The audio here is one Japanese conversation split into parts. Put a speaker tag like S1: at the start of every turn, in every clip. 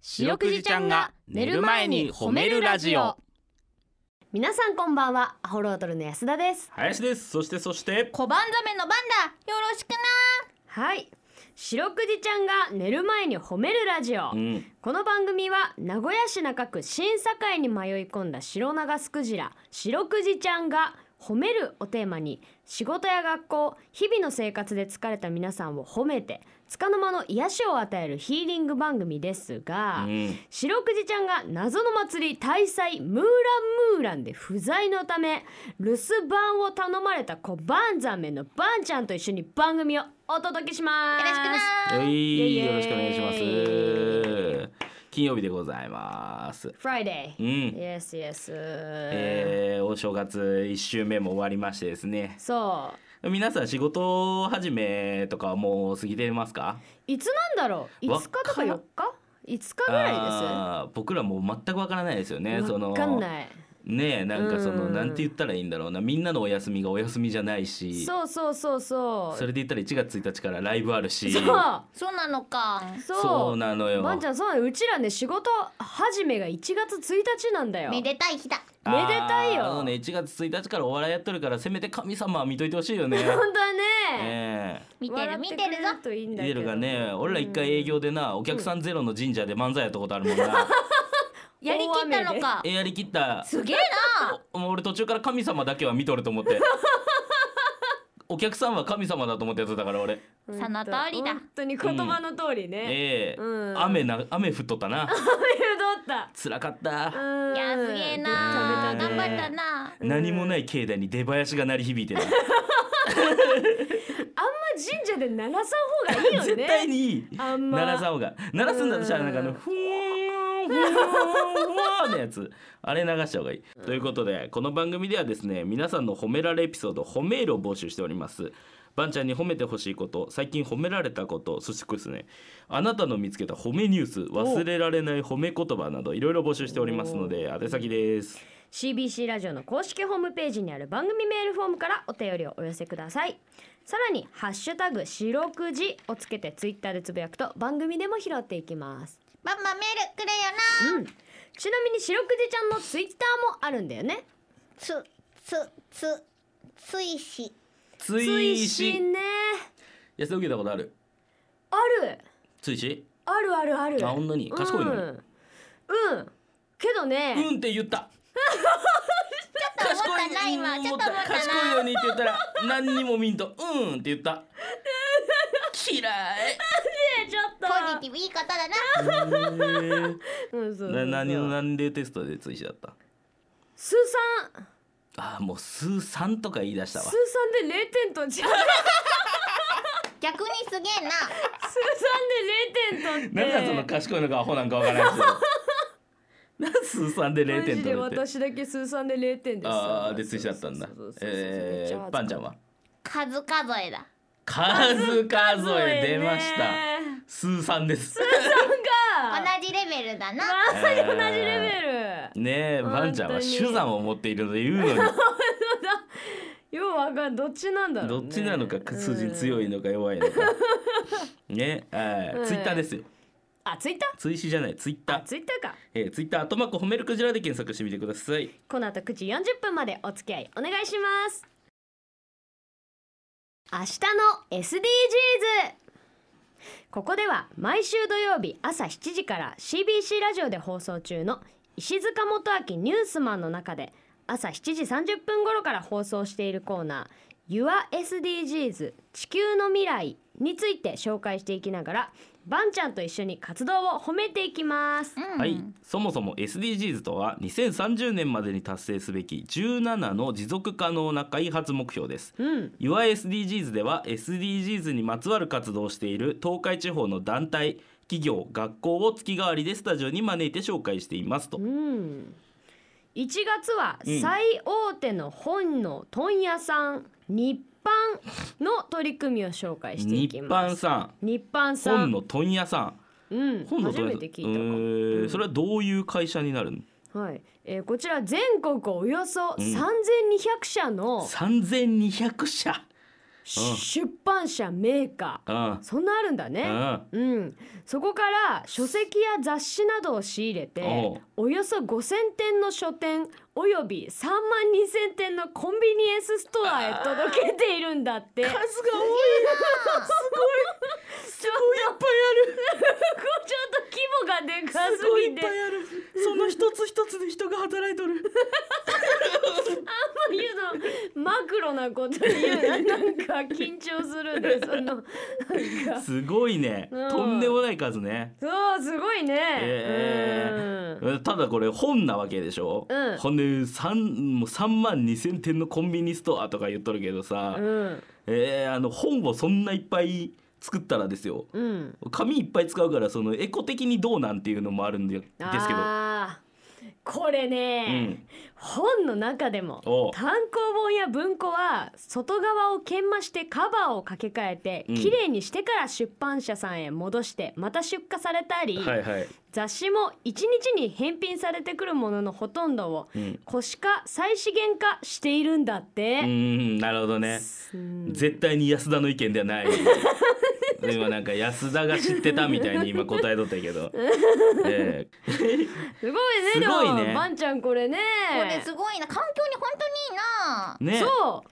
S1: 白くじちゃんが寝る前に褒めるラジオ
S2: 皆さんこんばんはアホロートルの安田です
S1: 林ですそしてそして
S3: 小判ザメの番だよろしくな
S2: はい白くじちゃんが寝る前に褒めるラジオ、
S1: うん
S2: この番組は名古屋市中区新堺に迷い込んだ白長スクジラ白くじちゃんが褒めるをテーマに仕事や学校日々の生活で疲れた皆さんを褒めて束の間の癒しを与えるヒーリング番組ですが、
S1: うん
S2: 白くじちゃんが謎の祭り大祭ムーランムーランで不在のため留守番を頼まれた小バンザメのバンちゃんと一緒に番組をお届けします
S3: よろしくな
S1: え
S2: イ
S1: い
S2: エイ
S1: よろしくお願いします金曜日でございます
S2: フライデ
S1: う
S2: ー
S1: ん
S2: イエスイエス
S1: えー、お正月一週目も終わりましてですね
S2: そう
S1: 皆さん仕事始めとかはもう過ぎてますか
S2: いつなんだろう
S1: わ
S2: 5日とか
S1: から
S2: 4日5日ぐら
S1: あー僕らもう全くわからないですよね
S2: いです
S1: その
S2: わかんない
S1: ねえなんかその
S2: うん
S1: なんて言ったらいいんだろうなみんなのお休みがお休みじゃないし
S2: そうそうそうそう
S1: それで言ったら1月1日からライブあるし
S2: そう
S3: そうなのか
S2: そう
S1: そうなのよ
S2: バンちゃんそうなのうちらね仕事始めが1月1日なんだよ
S3: めでたい日だ
S1: あー
S2: めでたいよ
S1: そうね1月1日からお笑いやっとるからせめて神様は見といてほしい よね
S2: 本当だね、
S1: ええ
S3: 見てる見てるぞ
S2: 笑っくれといいんだけ
S1: 見て
S2: ど
S1: るがね俺ら一回営業でなお客さんゼロの神社で漫才やったことあるもんな
S3: やりきったのか
S1: えやりきった
S3: すげえな
S1: おもう俺途中から神様だけは見とると思って お客さんは神様だと思ってやってたから俺
S2: うん
S3: その通りだ
S2: 本当に 言葉の通りね、
S1: ええ
S2: うん
S1: 雨な雨降っとった な
S2: 雨だっ
S1: 辛かった
S2: たうん
S3: いやすげえな
S1: 食べた
S3: 頑
S1: ね
S3: 張ったな
S1: 何もない境内に出囃子が鳴り響いてる
S2: あんま神社で鳴らさん方がいいよね
S1: 絶対にいい
S2: あんま
S1: 鳴らさん方が鳴らすんだとしたらなんかあの
S2: うん
S1: ふわーんふわーんふわーんのやつあれ流した方がいい、ということでこの番組ではですね皆さんの褒められエピソード褒めールを募集しておりますばんちゃんに褒めてほしいこと最近褒められたことそしてこれですねあなたの見つけた褒めニュース忘れられない褒め言葉などいろいろ募集しておりますので宛先です
S2: CBC ラジオの公式ホームページにある番組メールフォームからお便りをお寄せくださいさらに「ハッシュタグ四六時」をつけてツイッターでつぶやくと番組でも拾っていきます
S3: ママメールくれよな
S2: うんちなみに四六時ちゃんのツイッターもあるんだよね
S3: つつつついし
S1: 追試
S2: ね
S1: 安田受けたことある
S2: ある
S1: 追試
S2: あるあるある
S1: あ女に賢いのに
S2: うん、うん、けどね、
S1: うんって言った
S3: ちょっと思ったな今ちょっと思ったな
S1: 賢いようにって言ったら何にもミントうんって言った嫌
S2: ちょっと
S3: ポジティブいいことだな
S1: いう
S2: うんそうそうそ
S1: な
S2: う
S1: 何の何でテストで追試だった
S2: スーさん
S1: ああもう数3とか言い出したわ
S2: スーさんで零 点とじゃうスー
S3: 逆にすげえな
S2: さんで零点とって
S1: 何なんその賢いのかアホなんかわからないですよなん数3で0
S2: マ
S1: 点
S2: ジで
S1: 取れて
S2: 私だけスーさんで零点です
S1: ああで追試だったんだ
S2: そうそうそうそうめっ
S1: え
S2: ちゃ恥ずかし
S1: ー
S2: い
S1: パンちゃんは
S3: 数数えだ
S1: 数数え出まし
S2: ね
S1: た数3です
S3: 同
S2: が
S3: じレベルだな
S2: まさに同じレベル
S1: ねえ
S2: 本当に
S1: ばんちゃんは手段を持っているので言うのに
S2: ようわかんどっちなんだろう
S1: ど
S2: ね
S1: っちなのか数字強
S2: い
S1: いのか弱いの かねえ
S2: うん
S1: ツイッターですよ
S2: あツイッター
S1: 追試じゃないツイッタ
S2: あ
S1: ー
S2: ツイッターか
S1: えー、ツイッター後マーク褒めるクジラで検索してみてください
S2: この後9時40分までお付き合いお願いします明日の SDGs ここでは毎週土曜日朝7時から CBC ラジオで放送中の石塚元明ニュースマンの中で朝7時30分頃から放送しているコーナー YourSDGs 地球の未来について紹介していきながらバンちゃんと一緒に活動を褒めていきます
S3: うん
S1: はい、そもそも SDGs とは2030年までに達成すべき17の持続可能な開発目標です
S2: うん
S1: いわ SDGs では SDGs にまつわる活動をしている東海地方の団体企業学校を月替わりでスタジオに招いて紹介していますと
S2: うん、1月は
S1: うん
S2: 最大手の本の問屋さん、日販の取り組みを紹介してい
S1: 日
S2: きま
S1: 販
S2: す。
S1: さ
S2: 日販
S1: ん
S2: さん
S1: 本の問屋さん
S2: うん、
S1: 本の
S2: 初
S1: 問屋
S2: め
S1: さん
S2: て聞い
S1: えー
S2: た
S1: そ
S2: かも
S1: れはどういう会社になるの
S2: うん。はい、えーこちら全国およそ
S1: ん
S2: 3200社の
S1: 3200社
S2: 出版社メーカー
S1: うん
S2: そんなあるんだね
S1: う
S2: うん、そこから書籍や雑誌などを仕入れて
S1: おう
S2: およそ5,000点の書店および3万2,000点のコンビニエンスストアへ届けているん だって
S1: 数が多いな
S2: すごいいっぱいあるちょっと規模がでかす
S1: すごいい
S2: ぎ
S1: ってぱいあるその一つ一つで人が働いとる
S2: そういうのマクロなこと言うななんか緊張する ねそのなんか
S1: すごいね、
S2: うん
S1: とんでもない数ね
S2: そうすごいね、
S1: え
S2: うん
S1: ーただこれ本なわけでしょ、
S2: うん
S1: ほんで 3, もう3万2,000点のコンビニストアとか言っとるけどさ、
S2: うん
S1: えーあの本をそんないっぱい作ったらですよ
S2: うん
S1: 紙いっぱい使うからそのエコ的にどうなんていうのもあるんでですけど。
S2: あーこれ
S1: う
S2: ね、
S1: ん、
S2: 本の中でも
S1: おう
S2: 単行本や文庫は外側を研磨してカバーを掛け替えて
S1: うん
S2: 綺麗にしてから出版社さんへ戻してまた出荷されたり、
S1: はいはい、
S2: 雑誌も1日に返品されてくるもののほとんどを
S1: うん、
S2: 古紙化再資源化しているんだっ
S1: う
S2: て。
S1: んなるほどね
S2: うん
S1: 絶対に安田の意見ではない今なんか安田が知ってたみたいに今答えとったけど、えー
S2: すごいね
S1: すごいね
S2: でもばんちゃんこれね
S3: これすごいな環境に本当にいいな
S1: ね
S2: そ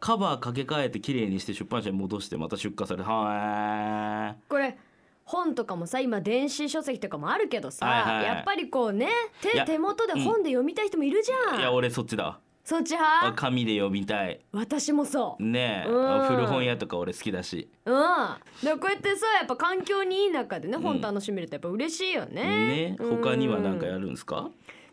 S1: カバー掛け替えて綺麗にして出版社に戻してまた出荷されるは
S2: うこれ本とかもさ今電子書籍とかもあるけどさ、
S1: はいはいはい
S2: やっぱりこうね
S1: い
S2: 手
S1: や
S2: 手元で本で読みたい人もいるじゃ
S1: ー
S2: ん
S1: いや俺そっちだ
S2: そっち派
S1: 紙で読みたい
S2: 私もそう
S1: ねえ
S2: うん
S1: 古本屋とか俺好きだし
S2: うんだからこうやってさやっぱ環境にいい中でね、
S1: ん
S2: 本楽しめるとやっぱ嬉しいよね
S1: ね他には何か
S2: うん
S1: やるんですか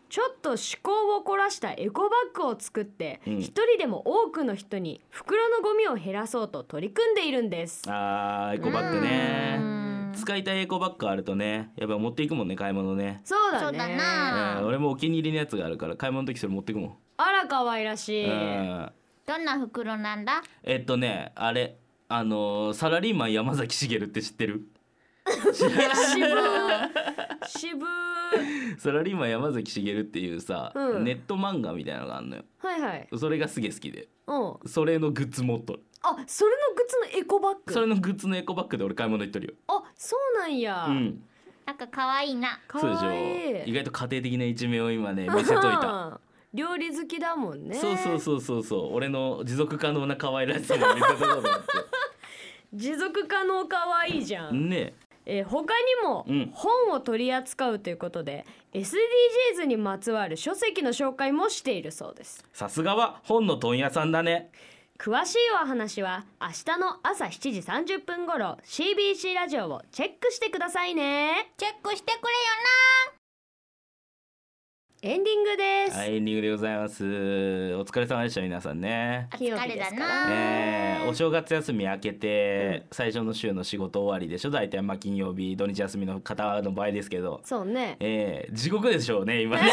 S2: ちょっと趣向を凝らしたエコバッグを作って一、
S1: うん
S2: 人でも多くの人に袋のゴミを減らそうと取り組んでいるんです
S1: あーエコバッグ
S3: う
S1: ね
S3: ん
S1: 使いたいエコバッグあるとねやっぱ持っていくもんね買い物ね
S2: そうだね
S3: そうだ
S1: う
S3: なん
S1: 俺もお気に入りのやつがあるから買い物の時それ持ってくもん
S2: あら可愛らし
S1: う
S2: い
S1: ん
S3: どんな袋なんだ
S1: えっとねあれあのーサラリーマン山崎茂って知ってる
S2: 渋渋
S1: サラリーマン山崎茂っていうさ、
S2: うん
S1: ネット漫画みたいなのがあるのよ
S2: はいはい
S1: それがすげえ好きで
S2: うん
S1: それのグッズ持っとる
S2: あそれのグッズのエコバッ
S1: それ
S2: グ
S1: のグッズのエコバッグで俺買い物行っとるよ
S2: あそうなんや、
S1: うん
S3: なんか可愛いな
S2: か
S1: そうで
S2: わい
S1: しょ意
S2: い
S1: 外と家庭的な一面を今ね見せとい た
S2: 料理好きだもんね
S1: そうそうそうそうそう俺の持続可能な可愛らしさも見せとこうと思っ
S2: 持続可能可愛いじゃ
S1: て
S2: ん、
S1: ね
S2: えー他
S1: う
S2: に
S1: ん
S2: も本を取り扱うということで、SDGs にまつわる書籍の紹介もしているそうです
S1: さすがは本の問屋さんだね
S2: 詳しいお話は明日の朝7時30分頃 CBC ラジオをチェックしてくださいね
S3: チェックしてくれよ
S2: エンディングです、
S1: はいエンディングでございますお疲れ様でした皆さんね
S3: な
S2: 清
S3: あ
S2: 木
S3: 疲れ
S2: です
S3: だ
S2: から
S3: な、
S1: えーお正月休み明けて、最初の週の仕事終わりでしょ大体まあ金曜日土日休みの方の場合ですけど、
S2: そうね
S1: えー、地獄でしょうね 今ね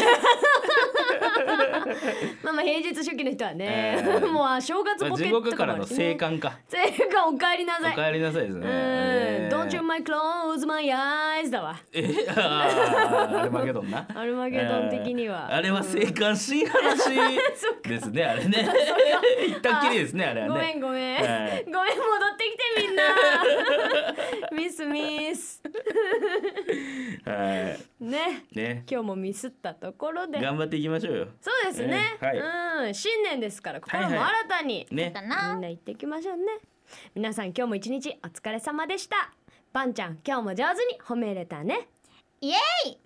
S2: まあまあ平日初期の人はね、
S1: えー
S2: もうあ正月
S1: ま
S2: ボ
S1: あ
S2: ケ
S1: 地
S2: と
S1: 獄
S2: か
S1: か
S2: も
S1: ら
S2: あ
S1: の
S2: るしね
S1: 生 還か
S2: 正解お帰りな
S1: お
S2: さい
S1: 帰りなさいですね、
S2: うん
S1: えー
S2: Don't you my clothes my eyes だわ
S1: えーあーアルマゲドンな
S2: アルマゲドン的には
S1: えーあれは生還し 話ですねあれね 一旦きりですねあれはね
S2: ごめんごめん、
S1: えー
S2: ごめん戻ってきてみんな ミスミス
S1: はい
S2: ね
S1: ね
S2: 今日もミスったところで
S1: 頑張っていきましょうよ
S2: そうですね、
S1: えー
S2: うん新年ですからここから
S1: は
S2: も
S1: いはい
S2: 新たに、
S1: ね
S3: だな
S2: みんな行っていきましょうね皆さん今日も一日お疲れ様でしたばんちゃん今日も上手に褒めれたね
S3: イエーイ